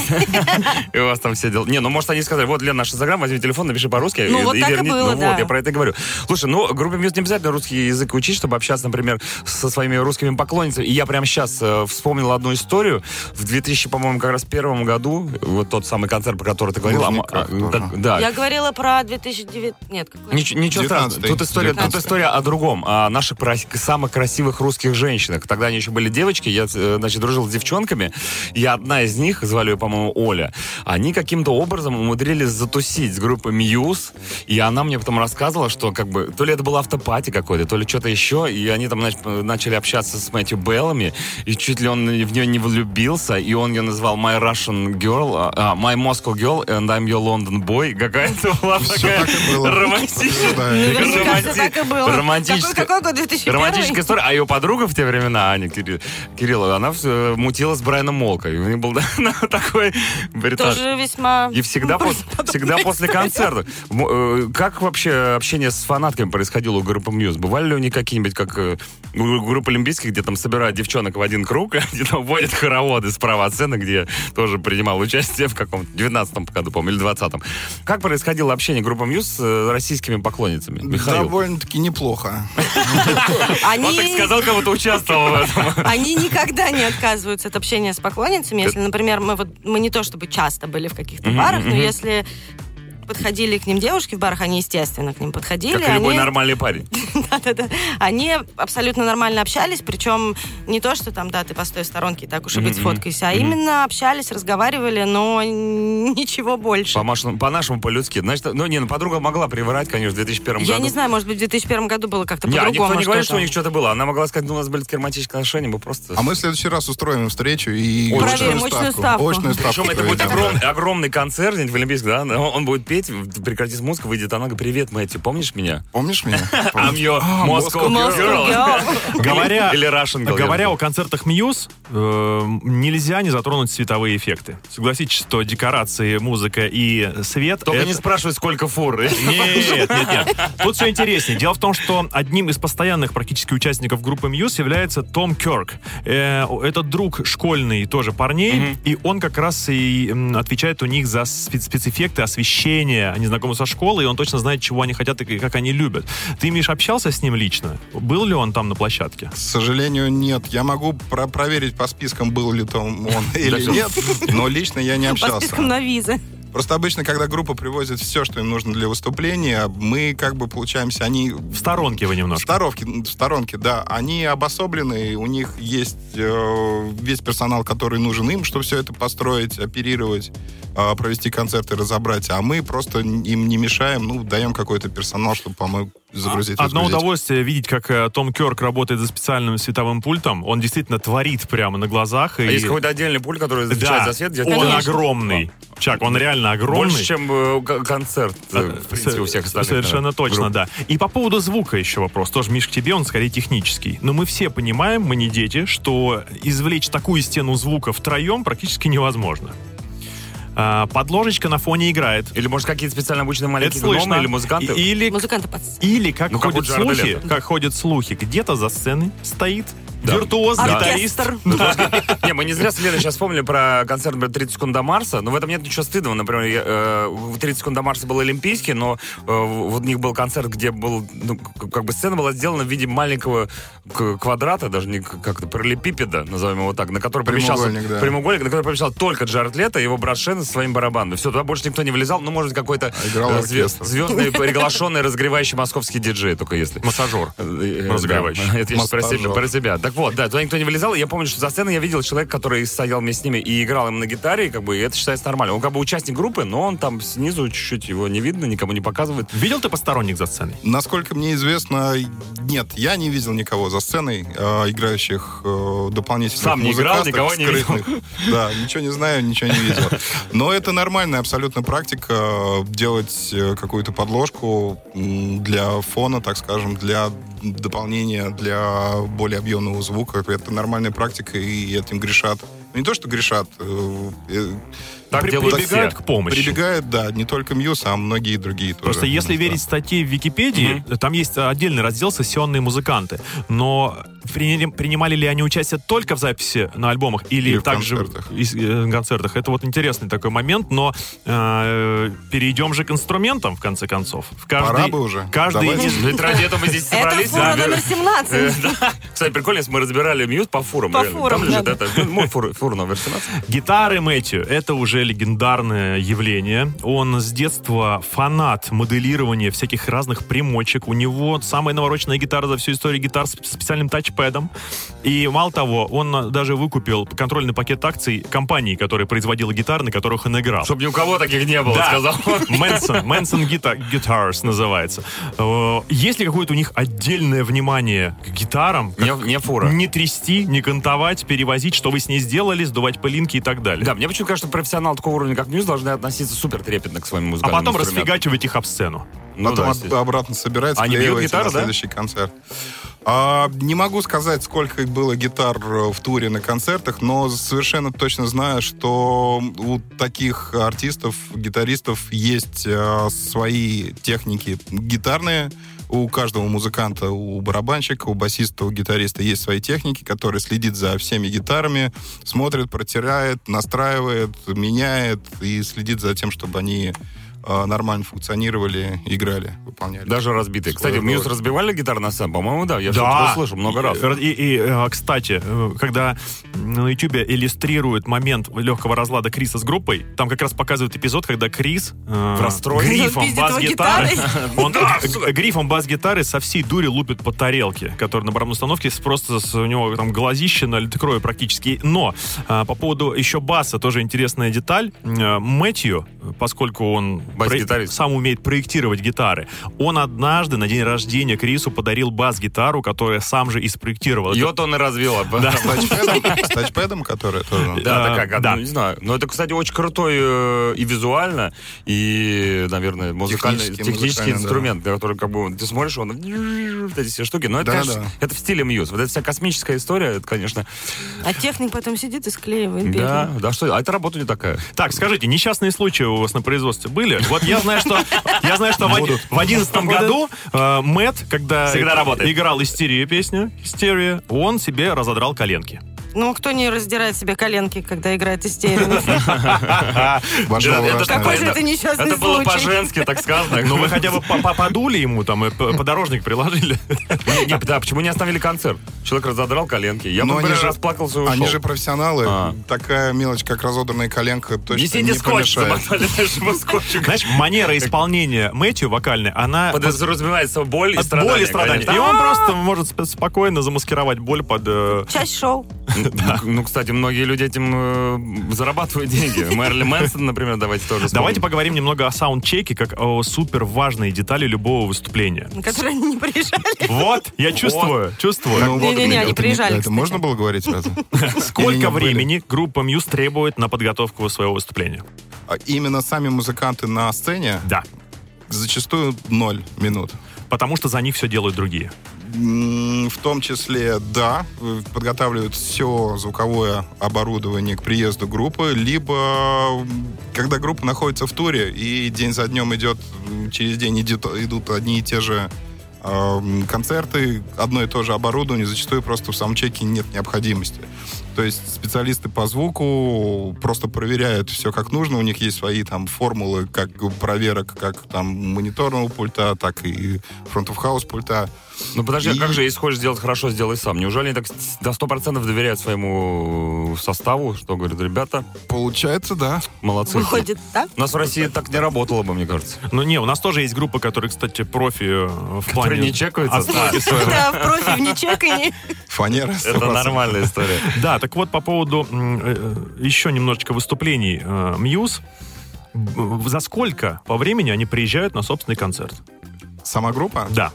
И у вас там все дела. Не, ну может они сказали, вот, Лен, наш Инстаграм, возьми телефон, напиши по-русски.
Ну, вот так и
верни».
было,
Ну вот,
да.
я про это и говорю. Слушай, ну группе Мьюз не обязательно русский язык учить, чтобы общаться, например, со своими русскими поклонницами. И я прямо сейчас вспомнил одну историю. В 2000, по-моему, как раз первом году, вот тот самый концерт, про который ты говорил. а м-
Лужниках
а,
тоже.
так, Да,
Я говорила про 2009... Нет, какой...
Нич- Ничего страшного.
19-й.
Тут история, тут
19-й.
история о другом. О наших про- самых красивых русских женщинах. Тогда они еще были девочки. Я, э, значит, дружил с девчонками. И одна из них, звали ее, по-моему, Оля, они каким-то образом умудрились затусить с группой Мьюз. И она мне потом рассказывала, что как бы... То ли это был автопати какой-то, то ли что-то еще. И они там нач- начали общаться с Мэтью Беллами. И чуть ли он в нее не влюбился. И он ее назвал My Russian Girl, а, а, My Moscow Girl and I'm Your London Boy. Какая-то была такая
было.
романтичная.
Да,
Ну, Наверняка
Романти-
все так и было.
романтическая-
Какой, какой год? 2001?
Романтическая история. А ее подруга в те времена, Аня Кирилл, Кириллова, она все мутила с Брайаном Молкой. И у них был да, на- такой британский.
Тоже весьма...
И всегда, пос- всегда после концерта. М- э, Как вообще общение с фанатками происходило у группы Мьюз? Бывали ли у них какие-нибудь, как э, у группы Олимпийских, где там собирают девчонок в один круг, а где там водят хороводы справа от сцены, где я тоже принимал участие в каком-то 19-м году, по-моему, или 20-м. Как происходило общение группы Мьюз с э, российскими поклонницами?
Ну,
Михаил.
Довольно-таки неплохо.
Он так
Они,
сказал, как будто участвовал в этом.
они никогда не отказываются от общения с поклонницами. Если, например, мы вот мы не то чтобы часто были в каких-то
Мгм,
барах, но
мгм.
если подходили к ним девушки в барах, они, естественно, к ним подходили.
Как и любой
они-
нормальный парень.
Да-да-да. Они абсолютно нормально общались, причем не то, что там, да, ты постой в сторонке и так уж и быть
Мгм.
сфоткайся, а именно общались, разговаривали, но ничего больше.
По машину- По-нашему, по-людски. Значит, ну, не, ну, подруга могла приврать, конечно, в 2001
Я
году.
не знаю, может быть, в 2001 году было как-то
ну. Не, а никто
по-другому.
не говорит,
что-то.
что у них что-то было. Она могла сказать, ну, у нас были романтические отношения, мы просто...
А мы в следующий раз устроим встречу и
Проверим очную ставку.
Очную ставку
Причем это будет
проведем, да.
огромный, огромный концерт где-нибудь в Олимпийск, да? Он, он будет петь сеть, в- прекратит музыку, выйдет она, говорит, привет, Мэтью, помнишь меня?
Помнишь меня?
I'm your
А,
Moscow,
Moscow
girl.
girl.
Говоря-
Или Russian girl.
Говоря
я
о концертах Мьюз, э, нельзя не затронуть световые эффекты. Согласитесь, что декорации, музыка и свет...
Только
это-
не спрашивай, сколько фур.
Нет, нет, нет. Тут все интереснее. Дело в том, что одним из постоянных практически участников группы Мьюз является Том Кёрк. Э, Это друг школьный тоже парней, и он как раз и м, отвечает у них за спе- спецэффекты, освещение. Они знакомы со школой, и он точно знает, чего они хотят и как они любят. Ты, Миш, общался с ним лично? Был ли он там на площадке?
К сожалению, нет. Я могу про- проверить по спискам, был ли там он или нет, но лично я не
По
общался.
спискам на визы.
Просто обычно, когда группа привозит все, что им нужно для выступления, мы как бы получаемся, они...
В сторонке вы
В
немножко.
сторонке, в сторонке, да. Они обособлены, у них есть э, весь персонал, который нужен им, чтобы все это построить, оперировать, э, провести концерты, разобрать. А мы просто им не мешаем, ну, даем какой-то персонал, чтобы помог загрузить.
А, Одно
разгрузить.
удовольствие видеть, как э, Том Кёрк работает за специальным световым пультом. Он действительно творит прямо на глазах.
А
и-
есть какой-то отдельный пульт, который
Да,
отвечает за свет. где-то
он
там.
огромный. Чак, он реально огромный.
Больше, чем э, к- концерт, э, в принципе, у всех остальных.
А, Совершенно
наверное,
точно,
групп.
да. И по поводу звука еще вопрос. Тоже, Миш, к тебе он скорее технический. Но мы все понимаем, мы не дети, что извлечь такую стену звука втроем практически невозможно. А, Подложечка на фоне играет.
Или, может, какие-то специально обученные
Это
маленькие
слышно.
гномы или музыканты?
И- Или
Музыканты под сценой.
Или как
Ну, как
ходят
у Джареда
слухи,
Лето.
как ходят слухи, где-то за сценой стоит
Да.
виртуоз,
Да.
гитарист.
Оркестр.
Ну, просто- Не, мы не зря с Леной сейчас вспомнили про концерт, например, 30 секунд до Марса, но в этом нет ничего стыдного. Например, я, э, в 30 секунд до Марса был Олимпийский, но э, в в них был концерт, где был, ну, к- как бы сцена была сделана в виде маленького к- квадрата, даже не к- как-то параллелепипеда, назовем его так, на который помещался...
Прямоугольник, да.
прямоугольник, на который помещался только Джаред Лето и его брат Шеннон со своими барабанами. Все, туда больше никто не влезал, ну, может, какой-то
А играл оркестр.
звездный, приглашенный, разогревающий московский диджей только если.
Массажер.
Э, э,
Разогревающий.
да. Это я сейчас про себя,
Массажер.
про себя. Так вот, да, туда никто не вылезал. Я помню, что за сценой я видел человека, который стоял вместе с ними и играл им на гитаре, и как бы и это считается нормально. Он как бы участник группы, но он там снизу чуть-чуть его не видно, никому не показывает.
Видел ты посторонних за сценой?
Насколько мне известно, нет, я не видел никого за сценой, э, играющих э, дополнительных
Сам не играл,
музыкантов,
никого не видел.
скрытных. Да, ничего не знаю, ничего не видел. Но это нормальная абсолютно практика э, делать э, какую-то подложку м, для фона, так скажем, для дополнения, для более объемного звука. Это нормальная практика, и этим грешат. Ну, Не то, что грешат, э, э,
Так
При-
делают
прибегают
все.
к помощи.
прибегает, да, не только Мьюз, а многие другие тоже.
Просто если
Да.
верить статье в Википедии, там есть отдельный раздел «Сессионные музыканты». Но приняли- принимали ли они участие только в записи на альбомах или,
Или в
также
концертах.
и с- э, концертах? Это вот интересный такой момент, но э, перейдем же к инструментам, в конце концов. В каждый,
Пора бы уже.
Каждый
Давайте.
из...
Ведь ну ради этого мы здесь
Это
собрались.
фура
да,
номер
да. Э,
17.
да. Кстати, прикольно, если мы разбирали мьюз по фурам.
По
реально.
фурам,
Там лежит
да.
это, ну, мой фур, фур номер 17.
Гитары Мэтью — это уже легендарное явление. Он с детства фанат моделирования всяких разных примочек. У него самая навороченная гитара за всю историю гитар с специальным тачпэдом. И мало того, он даже выкупил контрольный пакет акций компании, которая производила гитары, на которых он играл.
Чтобы ни у кого таких не было,
Да.
сказал он.
Мэнсон, Мэнсон Гита- Guitars называется. Э, Есть ли какое-то у них отдельное внимание к гитарам?
Не, не фура.
Не трясти, не кантовать, перевозить, что вы с ней сделали, сдувать пылинки и так далее.
Да, мне почему кажется, что профессионал такого уровня, как Мьюз, должны относиться супер трепетно к своим
А
музыкальным
потом
инструментам.
расфигачивать их об сцену.
Ну да,
Потом от-
естественно.
обратно собирается,
Они бьют
клеивается
гитару,
на
да?
следующий концерт. А, не могу сказать, сколько было гитар э, в туре на концертах, но совершенно точно знаю, что у таких артистов, гитаристов есть э, свои техники гитарные. У каждого музыканта, у барабанщика, у басиста, у гитариста есть свои техники, который следит за всеми гитарами, смотрит, протирает, настраивает, меняет и следит за тем, чтобы они э, нормально функционировали, играли, выполняли.
Даже разбитые. Кстати,
Здорово.
Мьюз разбивали гитар на сцену? По-моему, да. Я что-то слышал много раз.
И, и, э, кстати, э, когда на Ютубе иллюстрируют момент легкого разлада Криса с группой, там как раз показывают эпизод, когда Крис э,
расстройстве.
Он
грифом
пиздит его
бас-гитары,
гитарой.
Э, он г- грифом бас-гитары со всей дури лупит по тарелке, которая на барабанной установке с- просто с, у него там глазище налито крови практически. Но а, э, по поводу еще баса тоже интересная деталь. Э, Мэтью, поскольку он
Бас-гитарист.
сам умеет проектировать гитары. Он однажды на день рождения Крису подарил бас-гитару, которую сам же и спроектировал.
Ее он и развил. а,
Да.
С тачпэдом, с тачпэдом, который тоже...
Да,
Э,
такая, как-
да.
ну, не знаю. Но это, кстати, очень крутой э, и визуально, и, наверное, музыкальный,
Технически,
технический,
музыкально, да.
инструмент, на который, как бы, ты смотришь, он... Вот эти все штуки. Но это,
Да,
конечно,
да.
это в стиле Мьюз. Вот эта вся космическая история, это, конечно...
А техник потом сидит и склеивает бедный.
Да, да, что... А это работа не такая.
Так, скажите, несчастные случаи у вас на производстве были? Вот я знаю, что я знаю, что в оди- в одиннадцатом году э, Мэтт, когда
Всегда работает.
играл истерия песню, истерия, он себе разодрал коленки.
Ну, кто не раздирает себе коленки, когда играет истерию? Ну,
Вожу
Да, это
вожу.
Какой же
это-
это несчастный
это было
случай.
по-женски, так сказано.
Ну,
Но Ну, вы хотя бы по- по- подули ему там, и п- подорожник приложили.
Не, не, да, почему не остановили концерт? Человек разодрал коленки. Я, бы,
Но Ну, они
например,
же-
расплакался и ушел.
Они же профессионалы.
А.
Такая мелочь, как разодранная коленка, точно
Несите
не
скотч,
помешает.
замотали нашему скотчу.
Знаешь, манера исполнения Мэтью вокальной, она
Подразумевает собой боль и
от
страдания.
боли страдания.
конечно.
И он просто может сп- спокойно замаскировать боль под... э,
Часть шоу.
Ну, ну, кстати, многие люди этим э, зарабатывают деньги. Мэрли Мэнсон, например, давайте тоже вспомним.
Давайте поговорим немного о саундчеке, как о супер важной детали любого выступления.
на которые они не приезжали.
Вот, я чувствую, чувствую.
Ну,
Не-не-не,
вот,
они
это
приезжали,
Это
кстати.
можно было говорить сразу? Или не
Сколько
были?
времени группа Мьюз требует на подготовку своего выступления?
А Именно сами музыканты на сцене
Да.
зачастую ноль минут.
Потому что за них все делают другие.
М, В том числе, да, э, подготавливают все звуковое оборудование к приезду группы, либо м, когда группа находится в туре и день за днем идет, м, через день идет, идут одни и те же эм, концерты, одно и то же оборудование, зачастую просто в самчеке нет необходимости. То есть специалисты по звуку просто проверяют все как нужно, у них есть свои там формулы как проверок как там мониторного пульта, так и фронт-оф-хаус пульта.
Ну, подожди, а
И-
как же, если хочешь сделать хорошо, сделай сам. Неужели они так с- до 100% доверяют своему составу, что говорят, ребята,
Получается, да.
молодцы.
Выходит так.
У нас в России так не работало бы, мне кажется.
Ну не, у нас тоже есть группы, которые, кстати, профи э, в
Которые
плане...
не чекаются.
отстройки своего.
Да, в профи в нечекании.
Фанера.
Это
сорвался.
нормальная история.
Да, так вот по поводу м, э, э, еще немножечко выступлений э, Мьюз. Б- За сколько по времени они приезжают на собственный концерт?
Сама группа?
Да.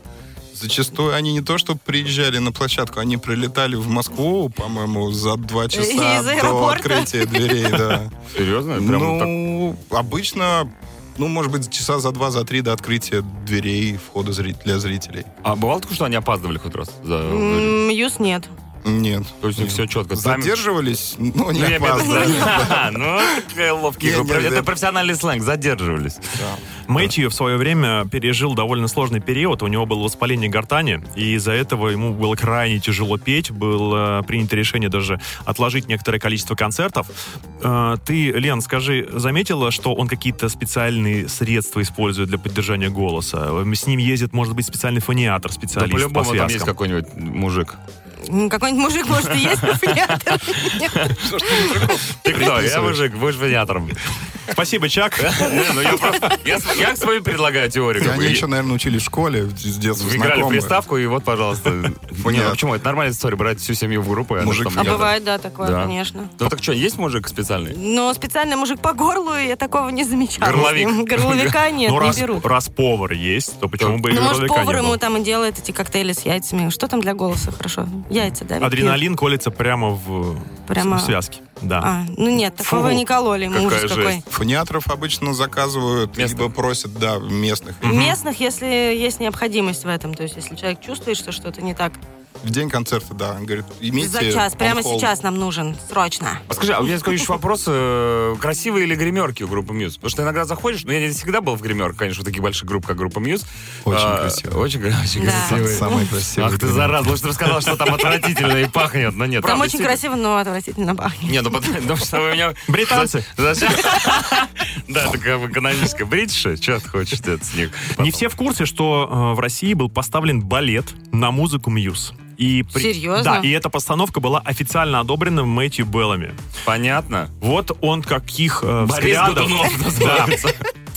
Зачастую они не то, что приезжали на площадку, они прилетали в Москву, по-моему, за два часа
Из
до
аэропорта.
открытия дверей, да.
Серьезно? Прям вот так?
Ну, обычно, ну, может быть, часа за два, за три до открытия дверей входа зри- для зрителей.
А бывало такое, что они опаздывали хоть раз? За-
М, Мьюз нет.
Нет.
То есть все четко.
Задерживались, но не
Ну, я имею в виду,
опаздывали.
да. Ну, такая ловкий.
Не, не,
Это
да.
профессиональный сленг, задерживались.
Да.
Мэтью в свое время пережил довольно сложный период. У него было воспаление гортани, и из-за этого ему было крайне тяжело петь. Было принято решение даже отложить некоторое количество концертов. Э, Ты, Лен, скажи, заметила, что он какие-то специальные средства использует для поддержания голоса? С ним ездит, может быть, специальный фониатор,
Да
специалист по
по-любому там есть
связкам.
какой-нибудь мужик.
М, Какой-нибудь мужик, может, и есть, но фониатор нет.
Ты кто? Я мужик, будешь вариатором.
Спасибо, Чак.
Не, ну я просто... Я с- я свою предлагаю теорию.
И
как бы.
Они еще, наверное, учились в школе, с детства
Играли в
знакомые.
приставку, и вот, пожалуйста. Не, ну
Понятно.
почему? Это нормальная история, брать всю семью в группы.
Мужик
она же
А
там-
фониатор.
бывает, да, такое,
Да.
конечно.
Ну так что, есть мужик
Ну,
специальный?
Но специально мужик по горлу, я такого не замечала.
Горловик.
С ним Горловика нет,
Ну,
не
раз,
берут.
раз повар есть, то почему бы и
Ну, может,
горловика не
повар
было?
ему там и делает эти коктейли с яйцами. Что там для голоса хорошо? Яйца, да? ведь
Адреналин колется прямо в,
Прямо-
в связке.
пьют?
Да.
А, ну нет, такого
Фу,
не кололи. ему,
какая
Ужас какой.
жесть.
Фониатров обычно заказывают,
Местных.
либо просят, да, местных.
Местных, если есть необходимость в этом. То есть, если человек чувствует, что что-то не так,
В день концерта, да. Он говорит, имейте...
за час, прямо
on hold.
сейчас нам нужен, срочно.
А Скажи, а у меня такой еще вопрос. э, Красивые ли гримерки у группы Мьюз? Потому что иногда заходишь, ну я не всегда был в гримерках, конечно, у таких больших групп, как группа Мьюз.
Очень
А,
красиво.
Очень, кра- очень
Да.
красивые.
Самый красивый.
Ах ты зараза, лучше ты рассказал, что там отвратительно и пахнет. Но нет,
Там
правда,
очень
действительно.
красиво, но отвратительно пахнет.
Не, ну потому- потому что вы меня...
Британцы.
За- за- Да, такая экономическая. Бритиши, что ты хочешь ты от с них?
Не все в курсе, что э, в России был поставлен балет на музыку Мьюз. И
Серьезно?
Да, и эта постановка была официально одобрена Мэтью Беллами.
Понятно.
Вот он каких э,
Борис
взглядов...
Годунов
Да.
называется.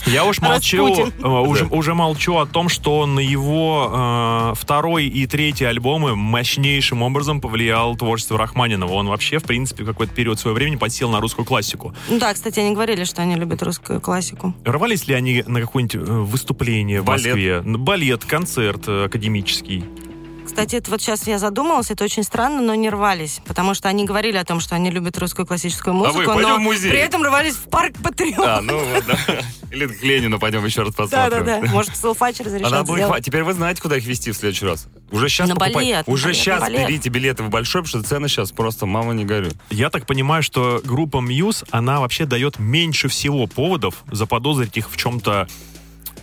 Я уж молчу,
Распутин.
э, уже, уже молчу о том, что на его э, второй и третий альбомы мощнейшим образом повлиял творчество Рахманинова. Он вообще, в принципе, в какой-то период своего времени подсел на русскую классику.
Ну да, кстати, они говорили, что они любят русскую классику.
Рвались ли они на какое-нибудь э, выступление в
Балет.
Москве? Н- Балет, концерт э, академический.
Кстати, это вот сейчас я задумалась, это очень странно, но не рвались, потому что они говорили о том, что они любят русскую классическую
А вы
музыку,
пойдем
но
в музей?
при этом рвались в парк Патриот.
А, ну вот, да. Или к Ленину пойдем еще раз
да,
посмотрим.
да, да. Может, силфач разрешат
Надо было их
сделать. Ну,
хва- Теперь вы знаете, куда их вести в следующий раз. Уже сейчас
На
покупай-
балет, на
Уже
балет, на
сейчас
балет.
берите билеты в большой, потому что цены сейчас просто мама не горю.
Я так понимаю, что группа Мьюз, она вообще дает меньше всего поводов заподозрить их в чем-то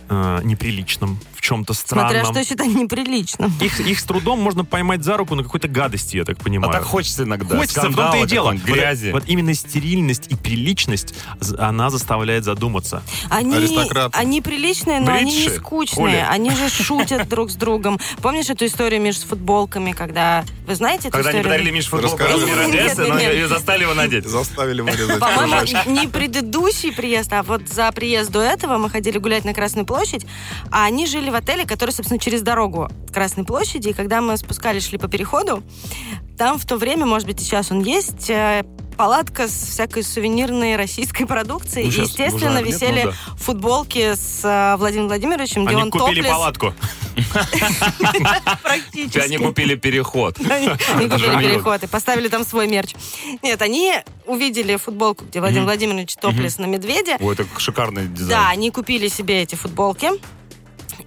э, неприличном, в чем-то странном.
Смотря что считать неприличным.
Их, их с трудом можно поймать за руку на какой-то гадости, я так
А
понимаю.
так хочется иногда.
Хочется, в
Скандала
том-то и дело.
какого-нибудь, Грязи.
Вот, вот именно стерильность и приличность, з- она заставляет задуматься.
Они,
Аристократы.
они приличные, но они не
Бриджи,
скучные.
хули.
Они же шутят друг с другом. Помнишь эту историю между футболками, когда... Вы знаете эту
Когда они
историю?
подарили Мише футболку
Расскажи.
размера
Нет,
S, но
нет, нет.
и заставили его надеть.
Заставили вырезать. кружочек.
По-моему, не предыдущий приезд, а вот за приезд до этого мы ходили гулять на Красную площадь, а они жили в отеле, который, собственно, через дорогу от Красной площади. И когда мы спускались, шли по переходу, там в то время, может быть, и сейчас он есть, э, палатка с всякой сувенирной российской продукцией.
Ну,
И,
щас уже,
Естественно,
наверное, нет, ну
висели
да.
футболки с э, Владимиром Владимировичем, где
Они
он
купили
топлес
палатку.
практически.
Они купили переход.
Они они
же
купили
мило.
переход и поставили там свой мерч. Нет, они увидели футболку, где Владимир Владимирович топлес на медведя.
Ой, это шикарный дизайн.
Да, они купили себе эти футболки.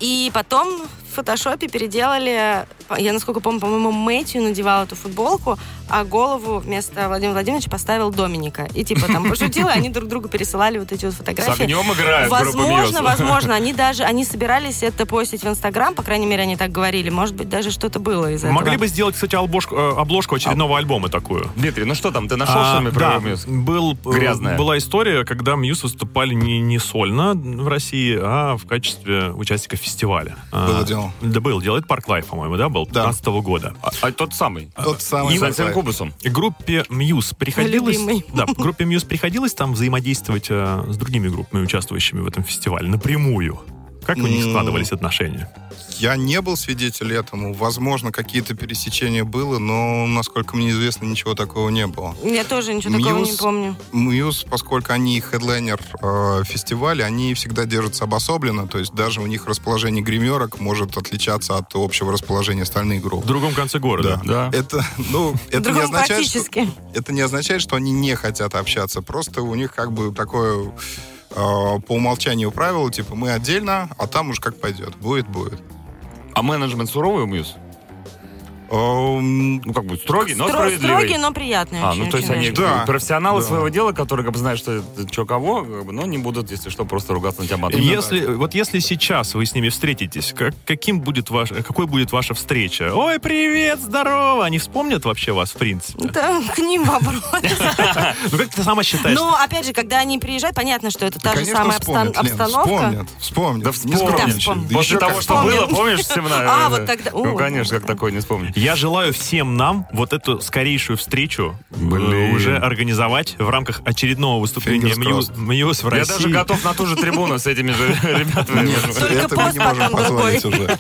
И потом в фотошопе переделали, я насколько помню, по-моему, Мэтью надевал эту футболку, а голову вместо Владимира Владимировича поставил Доминика. И типа там пошутила, они друг другу пересылали вот эти вот
С
фотографии.
огнем играют группа Мьюз.
Возможно, возможно, они даже, они собирались это постить в Инстаграм, по крайней мере, они так говорили. Может быть, даже что-то было из этого.
Могли бы сделать, кстати, албошку- э, обложку очередного альбома такую.
Дмитрий, ну что там, ты нашел
А,
что-нибудь про
да,
Мьюз?
был, э,
Грязная.
была история, когда Мьюз выступали не, не сольно в России, а в качестве участников фестиваля. А,
Было дело.
Да, был. Делает Парк Лайф, по-моему, да, был?
Да.
15 года.
А, а тот самый.
Тот самый.
И с Алексеем
Сансай.
Кубусом.
Группе Мьюз приходилось,
Любимый.
да, группе Мьюз приходилось там взаимодействовать э, с другими группами, участвующими в этом фестивале, напрямую. Как у них
М.
складывались отношения?
Я не был свидетелем этому. Возможно, какие-то пересечения было, но, насколько мне известно, ничего такого не было.
Я тоже ничего такого не
Мьюз.
помню.
Мьюз, поскольку они хедлайнер э, фестиваля, они всегда держатся обособленно, то есть даже у них расположение гримерок может отличаться от общего расположения остальных
В
групп.
другом конце города.
Да.
Это, ну, это не
Другом
означает, что,
практически.
это не означает, что они не хотят общаться, просто у них как бы такое э, по умолчанию правило, типа мы отдельно, а там уж как пойдет, будет, будет.
А менеджмент суровый у Мьюз?
Эм,
Ну, как бы строгий, но
Стро-
справедливый.
строгий, но приятный
А,
очень,
ну то есть
очень
они
даже.
Да.
профессионалы
Да.
своего дела, которые как бы знают, что это что кого, как бы, но не будут, если что, просто ругаться на тебя матом.
Если, вот если сейчас вы с ними встретитесь, как, каким будет ваш, какой будет ваша встреча? Ой, привет, здорово! Они вспомнят вообще вас, в принципе?
Да, к ним вопрос.
Ну, как ты сама считаешь?
Но, опять же, когда они приезжают, понятно, что это та же
конечно,
самая обстан-
вспомнят, Лен,
обстановка.
вспомнят, вспомнят.
Да
Не
вспомнят.
скромничай.
Да, вспомнят.
Да
После
еще
того,
как
что
вспомнил.
было, помнишь, 17?
А, вот тогда-
Ну,
о.
конечно, как такое не вспомнить.
Я желаю всем нам вот эту скорейшую встречу э,
Блин.
уже организовать в рамках очередного выступления
Fingers
Мьюз, Мьюз в
Я
России.
даже готов на ту же трибуну с этими же ребятами.
Нет,
Только
это мы
пост
не можем
потом
позволить
другой.
уже.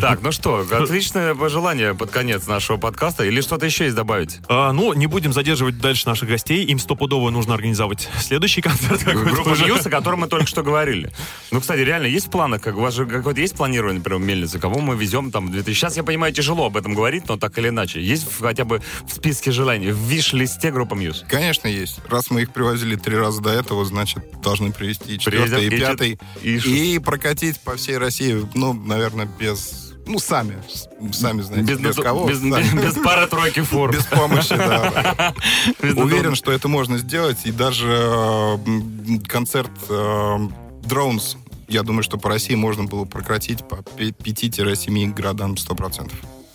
Так, ну что, отличное пожелание под конец нашего подкаста. Или что-то еще есть добавить?
А, ну, не будем задерживать дальше наших гостей. Им стопудово нужно организовать следующий концерт.
Группа
какой-то уже.
Мьюз, о котором мы только что говорили. Ну, кстати, реально, есть в планах, как у вас же какое-то есть планирование, прям мельницы, кого мы везем там в 2000? Сейчас, я понимаю, тяжело об этом говорить, но так или иначе. Есть в- хотя бы в списке желаний, в виш-листе группа Мьюз?
Конечно, есть. Раз мы их привозили три раза до этого, значит, должны привезти и
Привезем,
четвертый, и
и чет-
пятый.
и шест-
И прокатить по всей России, ну, наверное, без... Ну, сами. с- Сами знаете, без,
нату-
кого.
без,
сами.
без пары-тройки фур.
Без помощи, да.
Без нату-
Уверен, что это можно сделать. И даже э, м, концерт э, Дроунс, я думаю, что по России можно было прократить по пе- 5-7 городам 100%.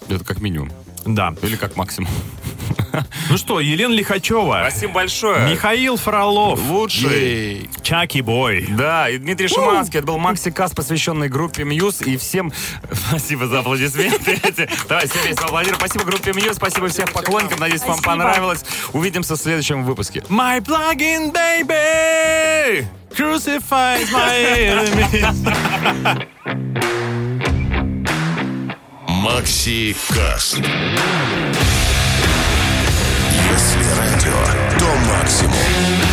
Это как минимум.
Да.
Или как максимум.
Ну что, Елена Лихачева,
Спасибо большое.
Михаил Фролов,
Лучший.
Ей.
Чаки Бой.
Да, и Дмитрий Шиманский. Это был Макси Кас, посвященный группе Мьюз. И всем спасибо за аплодисменты. Давай, Сергей, поаплодируем. Спасибо группе Мьюз, спасибо всем поклонникам. Надеюсь, вам
Спасибо.
понравилось. Увидимся в следующем выпуске.
My plugin baby crucifies my enemies.
Макси Каш. Если радио, то максимум.